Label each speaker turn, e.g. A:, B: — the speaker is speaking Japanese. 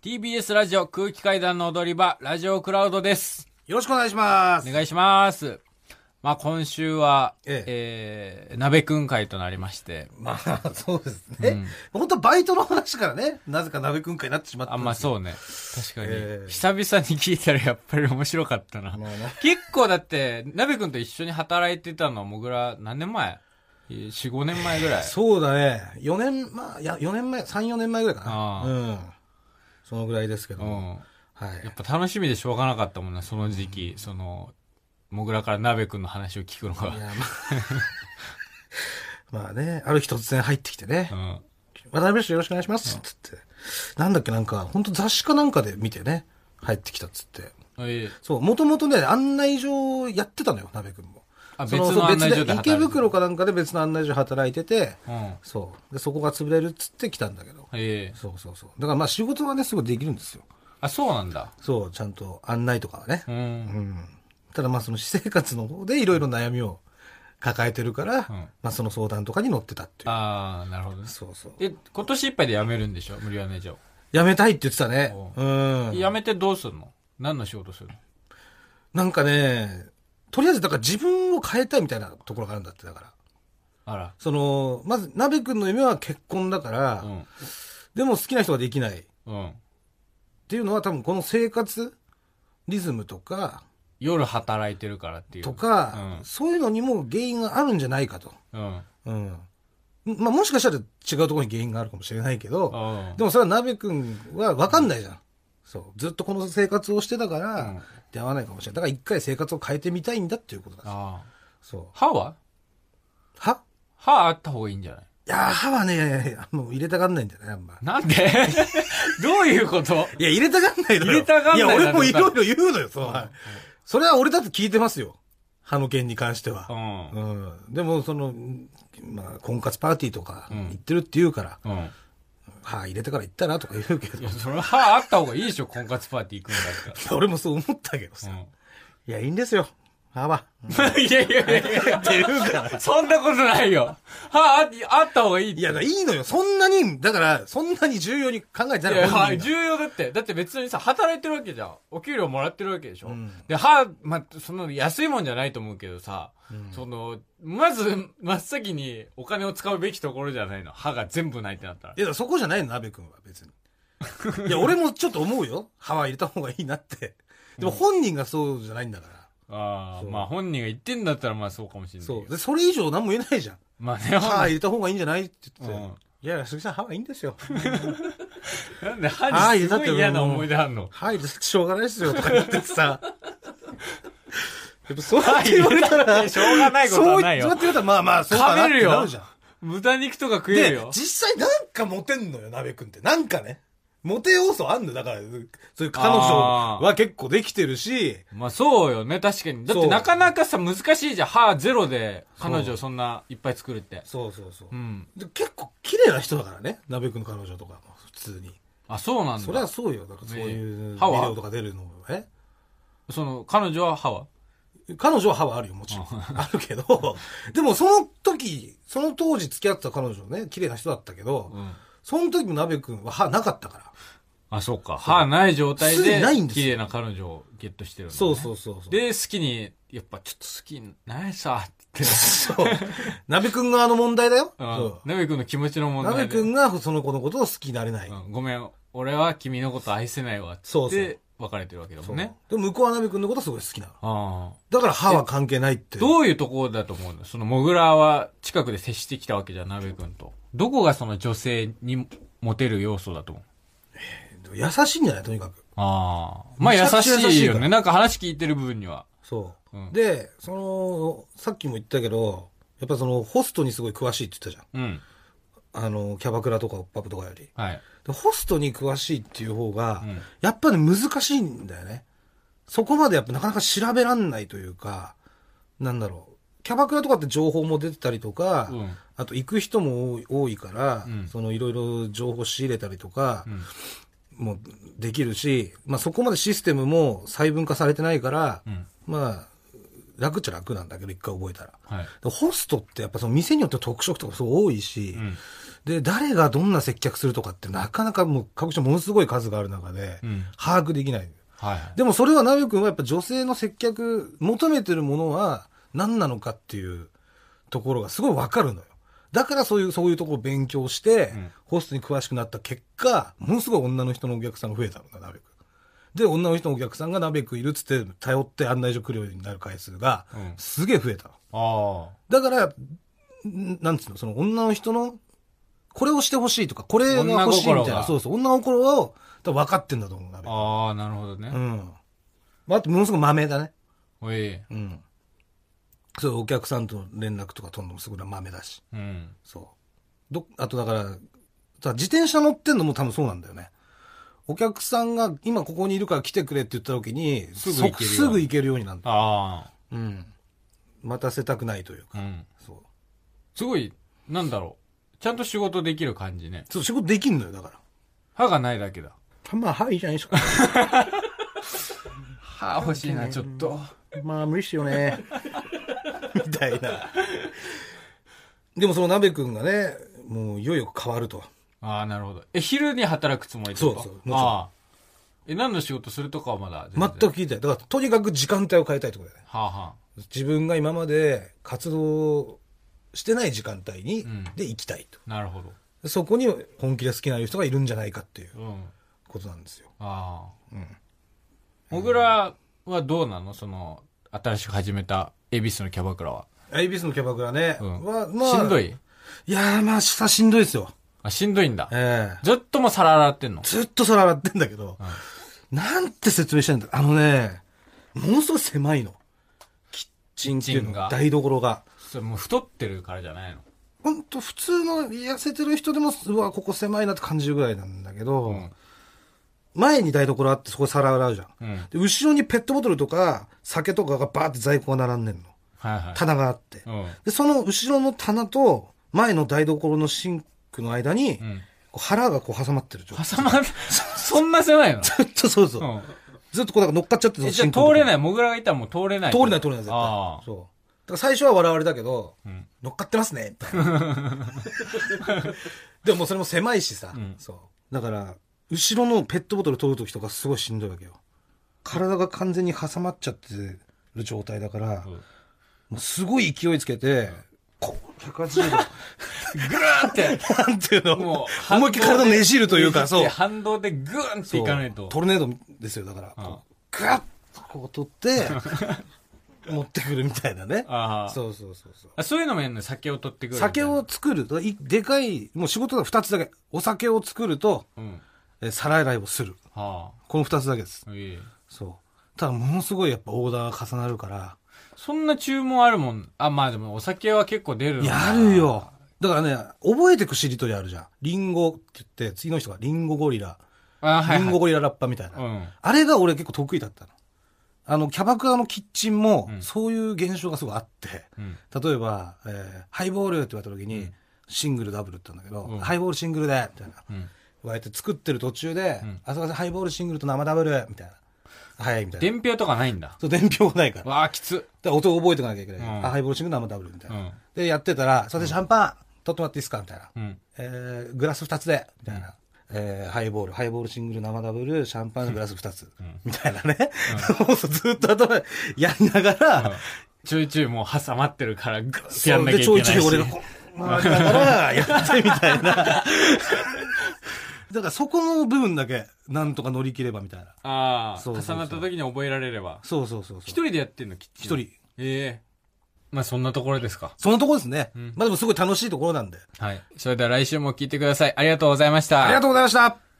A: TBS ラジオ空気階段の踊り場、ラジオクラウドです。
B: よろしくお願いします。
A: お願いします。まあ今週は、
B: え
A: えー、鍋くん会となりまして、
B: まあ、そうですね。本当バイトの話からね、なぜか鍋くん会になってしまった
A: あ
B: ん
A: んまあ
B: ですよ。
A: そうね。確かに、
B: ええ
A: 久々に聞いたらやっぱり面白かったな。
B: まあね
A: 結構だって、鍋くんと一緒に働いてたのはもぐら何年前 ?4、5年前ぐらい。
B: そうだね。4年、まあ、いや、4年前、3、4年前ぐらいか
A: ああ
B: な。うん。そのぐらいですけど
A: う
B: も。
A: ん。
B: は
A: やっ
B: い。
A: ぱ楽しみでしょうがなかったもんな、その時期。その、もぐらから鍋くんの話を聞くの
B: い
A: が。
B: やまあまあね、ある日突然入ってきてね
A: う、ん。
B: 渡辺氏よろしくお願いします、つって。なんだっけ、なんか、本当雑誌かなんかで見てね、入ってきたっつって。
A: ええ
B: そう、もともとね、案内所やってたのよ、鍋くんも。
A: あ、別
B: そ
A: の案内所で働いて
B: 池
A: る
B: 袋かなんかで別の案内所働いてて、
A: うん。
B: そう。で、そこが潰れるっつって来たんだけど。
A: ええ
B: そうそうそう。だからまあ仕事はね、すごいできるんですよ。
A: あ、そうなんだ。
B: そう、ちゃんと案内とかはね
A: う。ん。
B: うん。ただまあその私生活の方でいろいろ悩みを抱えてるから、まあその相談とかに乗ってたっていう。
A: ああ、なるほどね。
B: そうそう。
A: え、今年いっぱいで辞めるんでしょ無理やねじゃ
B: 辞めたいって言ってたね。うん。
A: 辞めてどうすんの何の仕事するの
B: なんかね、とりあえずだから自分を変えたいみたいなところがあるんだって、だから。
A: あら。
B: その、まず、鍋くんの夢は結婚だから、
A: うん。
B: でも好きな人ができない。
A: うん。
B: っていうのは多分この生活リズムとか、
A: 夜働いてるからっていう。
B: とか、
A: うん
B: そういうのにも原因があるんじゃないかと。
A: うん。
B: うん。まあもしかしたら違うところに原因があるかもしれないけど、
A: うん。
B: でもそれは鍋くんは分かんないじゃん。そう。ずっとこの生活をしてたか
A: うん
B: ら、出会わないかもしれない。だから一回生活を変えてみたいんだっていうことだ。
A: ああ。
B: そう。
A: 歯は
B: 歯
A: 歯あった方がいいんじゃない
B: いやー、歯はね、もう入れたがんないんだよね、あんま。
A: なんで どういうこと
B: いや、入れたがんないだろ。
A: 入れたがんない
B: い
A: だ
B: や、
A: ろ
B: 俺もいろいろ言うのよ、そう。それは俺だって聞いてますよ。歯の件に関しては
A: う。ん。うん。
B: うん、でもその、うんまあ、婚活パーティーとか行ってるって言うから、歯入れてから行ったらとか言うけ
A: い
B: ど
A: や、、それは歯あった方がいいでしょ婚活パーティー行くんだっ
B: 俺もそう思ったけど
A: た
B: さ、
A: ら。
B: いや、いいんですよ、歯は。
A: うん。 いやいやいやいや。
B: って言うから。
A: そんなことないよ。歯ああった方がいいって
B: いや、だからいいのよ。そんなに、だから、そんなに重要に考えてない
A: い
B: の
A: や、
B: 本
A: はい
B: 人が
A: 重要だって。だって別にさ、働いてるわけじゃん。お給料もらってるわけでしょ。
B: ん
A: で、歯、ま、その安いもんじゃないと思うけどさ、その、まず、真っ先にお金を使うべきところじゃないの。歯が全部ないってなったら
B: い。や、だからそこじゃないの、鍋くんは、別に。いや、俺もちょっと思うよ。歯は入れた方がいいなって。でも本人がそうじゃないんだから。
A: ああ、
B: そう
A: まあ本人が言ってんだったらまあそうかもしれないけど。
B: そう。で、それ以上何も言えないじゃん。
A: まあね、
B: 歯入れた方がいいんじゃないって言って。
A: うん
B: いやいや、鈴木さん、歯はいいんですよ。
A: なんで歯にすごい嫌な思い出あんの
B: はい、しょうがないですよ、とか言ってさ。やっぱそうやって言われたら、
A: しょうがないこと
B: そう
A: は
B: や
A: な
B: っ
A: い
B: て
A: よ。
B: 言われたら、まあまあ、そうかな
A: 食
B: っ
A: べる
B: てな
A: よ
B: るじゃん。。
A: 豚肉とか食える
B: で
A: よ、。
B: 実際なんかモテんのよ、鍋くんって。なんかね。モテ要素あんのよ。だから、そういう彼女は結構できてるし、
A: まあそうよね、確かに。だってなかなかさ、難しいじゃん。歯ゼロで彼女をそんないっぱい作るって。
B: そうそうそう
A: う。ん。
B: で結構綺麗な人だからね、鍋くんの彼女とかも、普通に。
A: あ、そうなんだ。
B: そりゃそうよ。だからそういう
A: ええ
B: ビデ
A: 歯は
B: オとか出るのもね。
A: その、彼女は歯は
B: 彼女は歯はあるよ、もちろん。 あるけど、でもその時、その当時付き合ってた彼女ね、綺麗な人だったけど、
A: うん。
B: その時も鍋くんは歯なかったから。
A: あ、そうか。歯ない状態
B: すで
A: で
B: にないん、ですよ
A: 綺麗な彼女をゲットしてるのね
B: そうそうそうそう。
A: で、好きに、やっぱちょっと好きになれさ、って。
B: そう。鍋くん側の問題だよ。
A: うん
B: そ。
A: なべくんの気持ちの
B: う。
A: 問
B: 鍋
A: 題で。
B: くんがその子のことを好きになれない。
A: うんごめん、俺は君のこと愛せないわ、つ
B: そ
A: っ
B: うそう
A: て別れてるわけだ
B: そ
A: も
B: うん
A: ね。
B: でも向こうは鍋くんのことすごい好きなの。
A: ああ。
B: だから歯は関係ないって。
A: どういうところだと思うのその、モグラは近くで接してきたわけじゃん、なべくんと。どこがその女性にモテる要素だと思う
B: 優しいんじゃないとにかく。
A: ああ。まあ優
B: めちゃく
A: し
B: ちゃ優し
A: い
B: い
A: よ
B: か
A: ね。
B: ら
A: なんか話聞いてる部分には。
B: そう。
A: うん
B: で、その、さっきも言ったけど、やっぱその、ホストにすごい詳しいって言ったじ
A: うん。
B: ゃん。あの、キャバクラとかパブとかより。
A: はい。
B: でホストに詳しいっていう方が、
A: うん
B: やっぱり難しいんだよね。そこまでやっぱなかなか調べらんないというか、なんだろう。キャバクラとかって情報も出てたりとか、
A: うん
B: あと行く人も多い多いから、
A: うん
B: そのいろいろ情報仕入れたりとか
A: うん。
B: もできるし、まあそこまでシステムも細分化されてないから、
A: うん。
B: まあ楽っちゃ楽なんだけど、一回覚えたら。
A: はい。
B: でホストってやっぱその店によって特色とかすごい多いし、
A: うん。
B: で、誰がどんな接客するとかってなかなかもう各社ものすごい数がある中で、
A: うん
B: 把握できない。
A: はい。
B: でもそれは直く君はやっぱ女性の接客、求めてるものは何なのかっていうところがすごいわかるのよ。だからそういう、そういうところを勉強して、
A: うん
B: ホストに詳しくなった結果、ものすごい女の人のお客さんが増えたのが、鍋くん。で、女の人のお客さんが鍋くんいるっつって、頼って案内所来るようになる回数が、
A: うん
B: すげえ増えたの。
A: あ
B: だから、んなんつうの、その女の人の、これをしてほしいとか、これが欲しいみ
A: 女
B: たい
A: 心
B: な、
A: が
B: そうそう、女心を多分分かってんだと思う、鍋
A: あ。ああ、なるほどね。
B: うん。まあ、あと、ものすごくまめだね。
A: おい。
B: うん。そういうお客さんと連絡とか取るのもすごいまめだし。
A: うん。
B: そう。ど、あとだから、だから自転車乗ってんのも多分そうなんだよね。お客さんが今ここにいるから来てくれって言った時に、
A: すぐ行けるように
B: そすぐ行けるようになる。
A: あ
B: うん。待たせたくないという
A: あ。う
B: か。
A: ん。
B: そう。
A: すごい、なんだろう。ちゃんと仕事できる感じね。
B: そう、仕事できんのよ、だから。
A: 歯がないだけだ。
B: まあ、はい、いいじゃないですか。
A: 歯欲しいな、ちょっと。
B: まあ、無理っすよね。 みたいな。でも、その鍋くんがね、もう、いよいよ変わると。
A: ああ、なるほど。え、昼に働くつもりってこと
B: そうそうもちろん
A: ああ。え、何の仕事するとかはまだ全
B: 全
A: 然
B: く聞いてない。だから、とにかく時間帯を変えたいってことだよね。
A: はあ、は
B: 自分が今まで活動してない時間帯に、
A: うん
B: で行きたいと。
A: あ、なるほど。
B: そこに本気で好きな人がいるんじゃないかっていう
A: うん。
B: ことなんですよ。
A: ああ。
B: うん
A: 小倉はどうなのその、新しく始めた、恵比寿のキャバクラは。
B: エイビスのキャバクラね、
A: うん
B: は、まあ、
A: しんど
B: い。
A: い
B: いやー、まあ、さ、しんどいですよ。
A: あ、しんどいんだ。
B: ええ
A: ずっともう皿洗ってんの。
B: ずっと皿洗ってんだけど、なんて説明したいんだあのね、ものすごい狭いの。キッチンっていう
A: キッチン
B: の
A: が
B: 台所が。
A: それもう太ってるからじゃないの。
B: ほんと普通の痩せてる人でも、うわ、ここ狭いなって感じるぐらいなんだけど、
A: うん。
B: 前に台所あってそこ皿洗うじゃん。
A: うん。
B: で、後ろにペットボトルとか酒とかがバーって在庫が並んでんの。
A: はいはい。
B: 棚があって。
A: うん。
B: で、その後ろの棚と前の台所のシンクの間に、
A: うん。
B: こう腹がこう挟まってる状態。
A: 挟まん、 そんな狭いの
B: ずっと そうそう。
A: うん。
B: ずっとこうなんか乗っかっちゃって
A: え、じゃ
B: シ
A: あ
B: ンクのと
A: 通
B: こ
A: れない、モグラがいたらもう通れない。
B: 通れない通れない絶対
A: ああ。
B: そうだから最初は笑われたけど、
A: うん
B: 乗っかってますねみたいな でももうそれも狭いしさ、
A: うん
B: そうだから後ろのペットボトル取る時とかすごいしんどいわけよ体が完全に挟まっちゃってる状態だから、
A: うん
B: もうすごい勢いつけて、こう180度
A: ぐーって。
B: なんていうの
A: も
B: も
A: う、
B: う 思いっきり体ねじるというか
A: 反動
B: そ
A: で
B: う
A: 反動でぐーんっていかない
B: そう
A: と。
B: トルネードですよだから
A: うん
B: こうグワッとこう 取って持ってくるみたいなね
A: ああ。そう
B: そうそうそうそう
A: あ。そういうのもやんの酒を取ってくる。
B: 酒。を作る。だからいでかい、もう仕事が2つだけ。お酒を作ると、
A: うん。
B: えー皿洗いをする。
A: は
B: この2つだけです。
A: あ。いい。
B: そう。ただ、ものすごいやっぱオーダーが重なるから。
A: そんな注文あるもん。あ、まあでもお酒は結構出るのかな
B: やる。よ。だからね、覚えてくしりとりあるじゃん。リンゴって言って、次の人がリンゴゴリラ。
A: あ、はい、
B: リン
A: は
B: ゴ
A: い。
B: ゴリララッパみたいな。
A: うん。
B: あれが俺結構得意だったの。あの、キャバクラのキッチンも
A: う、ん
B: そういう現象がすごいあって。
A: うん。
B: 例えば、えーハイボールって言われた時に、
A: うん
B: シングルダブルって言うんだけど、
A: うん
B: ハイボールシングルで、みたいな。
A: うん。
B: われて作ってる途中で、
A: うん
B: あそこでハイボールシングルと生ダブルみたいな。はい、みたいな。
A: 伝票とかないんだ。
B: そう、伝票がないから。だか
A: わあ、きつ。
B: ら音を覚えておかなきゃいけない。
A: うん
B: あ、ハイボールシングル生ダブルみたいうな。
A: ん。
B: で、やってたら、それでシャンパン、取ってもらっていいですかみたいな。
A: うん。
B: えー、グラス2つで、みたいな。えーハイボール、ハイボールシングル、生ダブル、シャンパン、グラス2つ、
A: ん
B: みたいなね。 もうずっと頭やりながら、
A: ちょいちょいもう挟まってるから、ぐーって
B: そ
A: や
B: うん
A: なきゃいけ
B: でちょ
A: ないいし。
B: ちょい俺がこう回りながらやってみたいな。 だからそこの部分だけ、なんとか乗り切ればみたいな。
A: ああ、
B: そうそうそう
A: 重なった時に覚えられれば。
B: そうそうそうそう。
A: 一人でやってんの、キッチン。
B: 一人。
A: ええまあそんなところですか。
B: そのとこですね。
A: ん
B: まあでもすごい楽しいところなんで。
A: はい。それでは来週も聞いてください。ありがとうございました。
B: ありがとうございました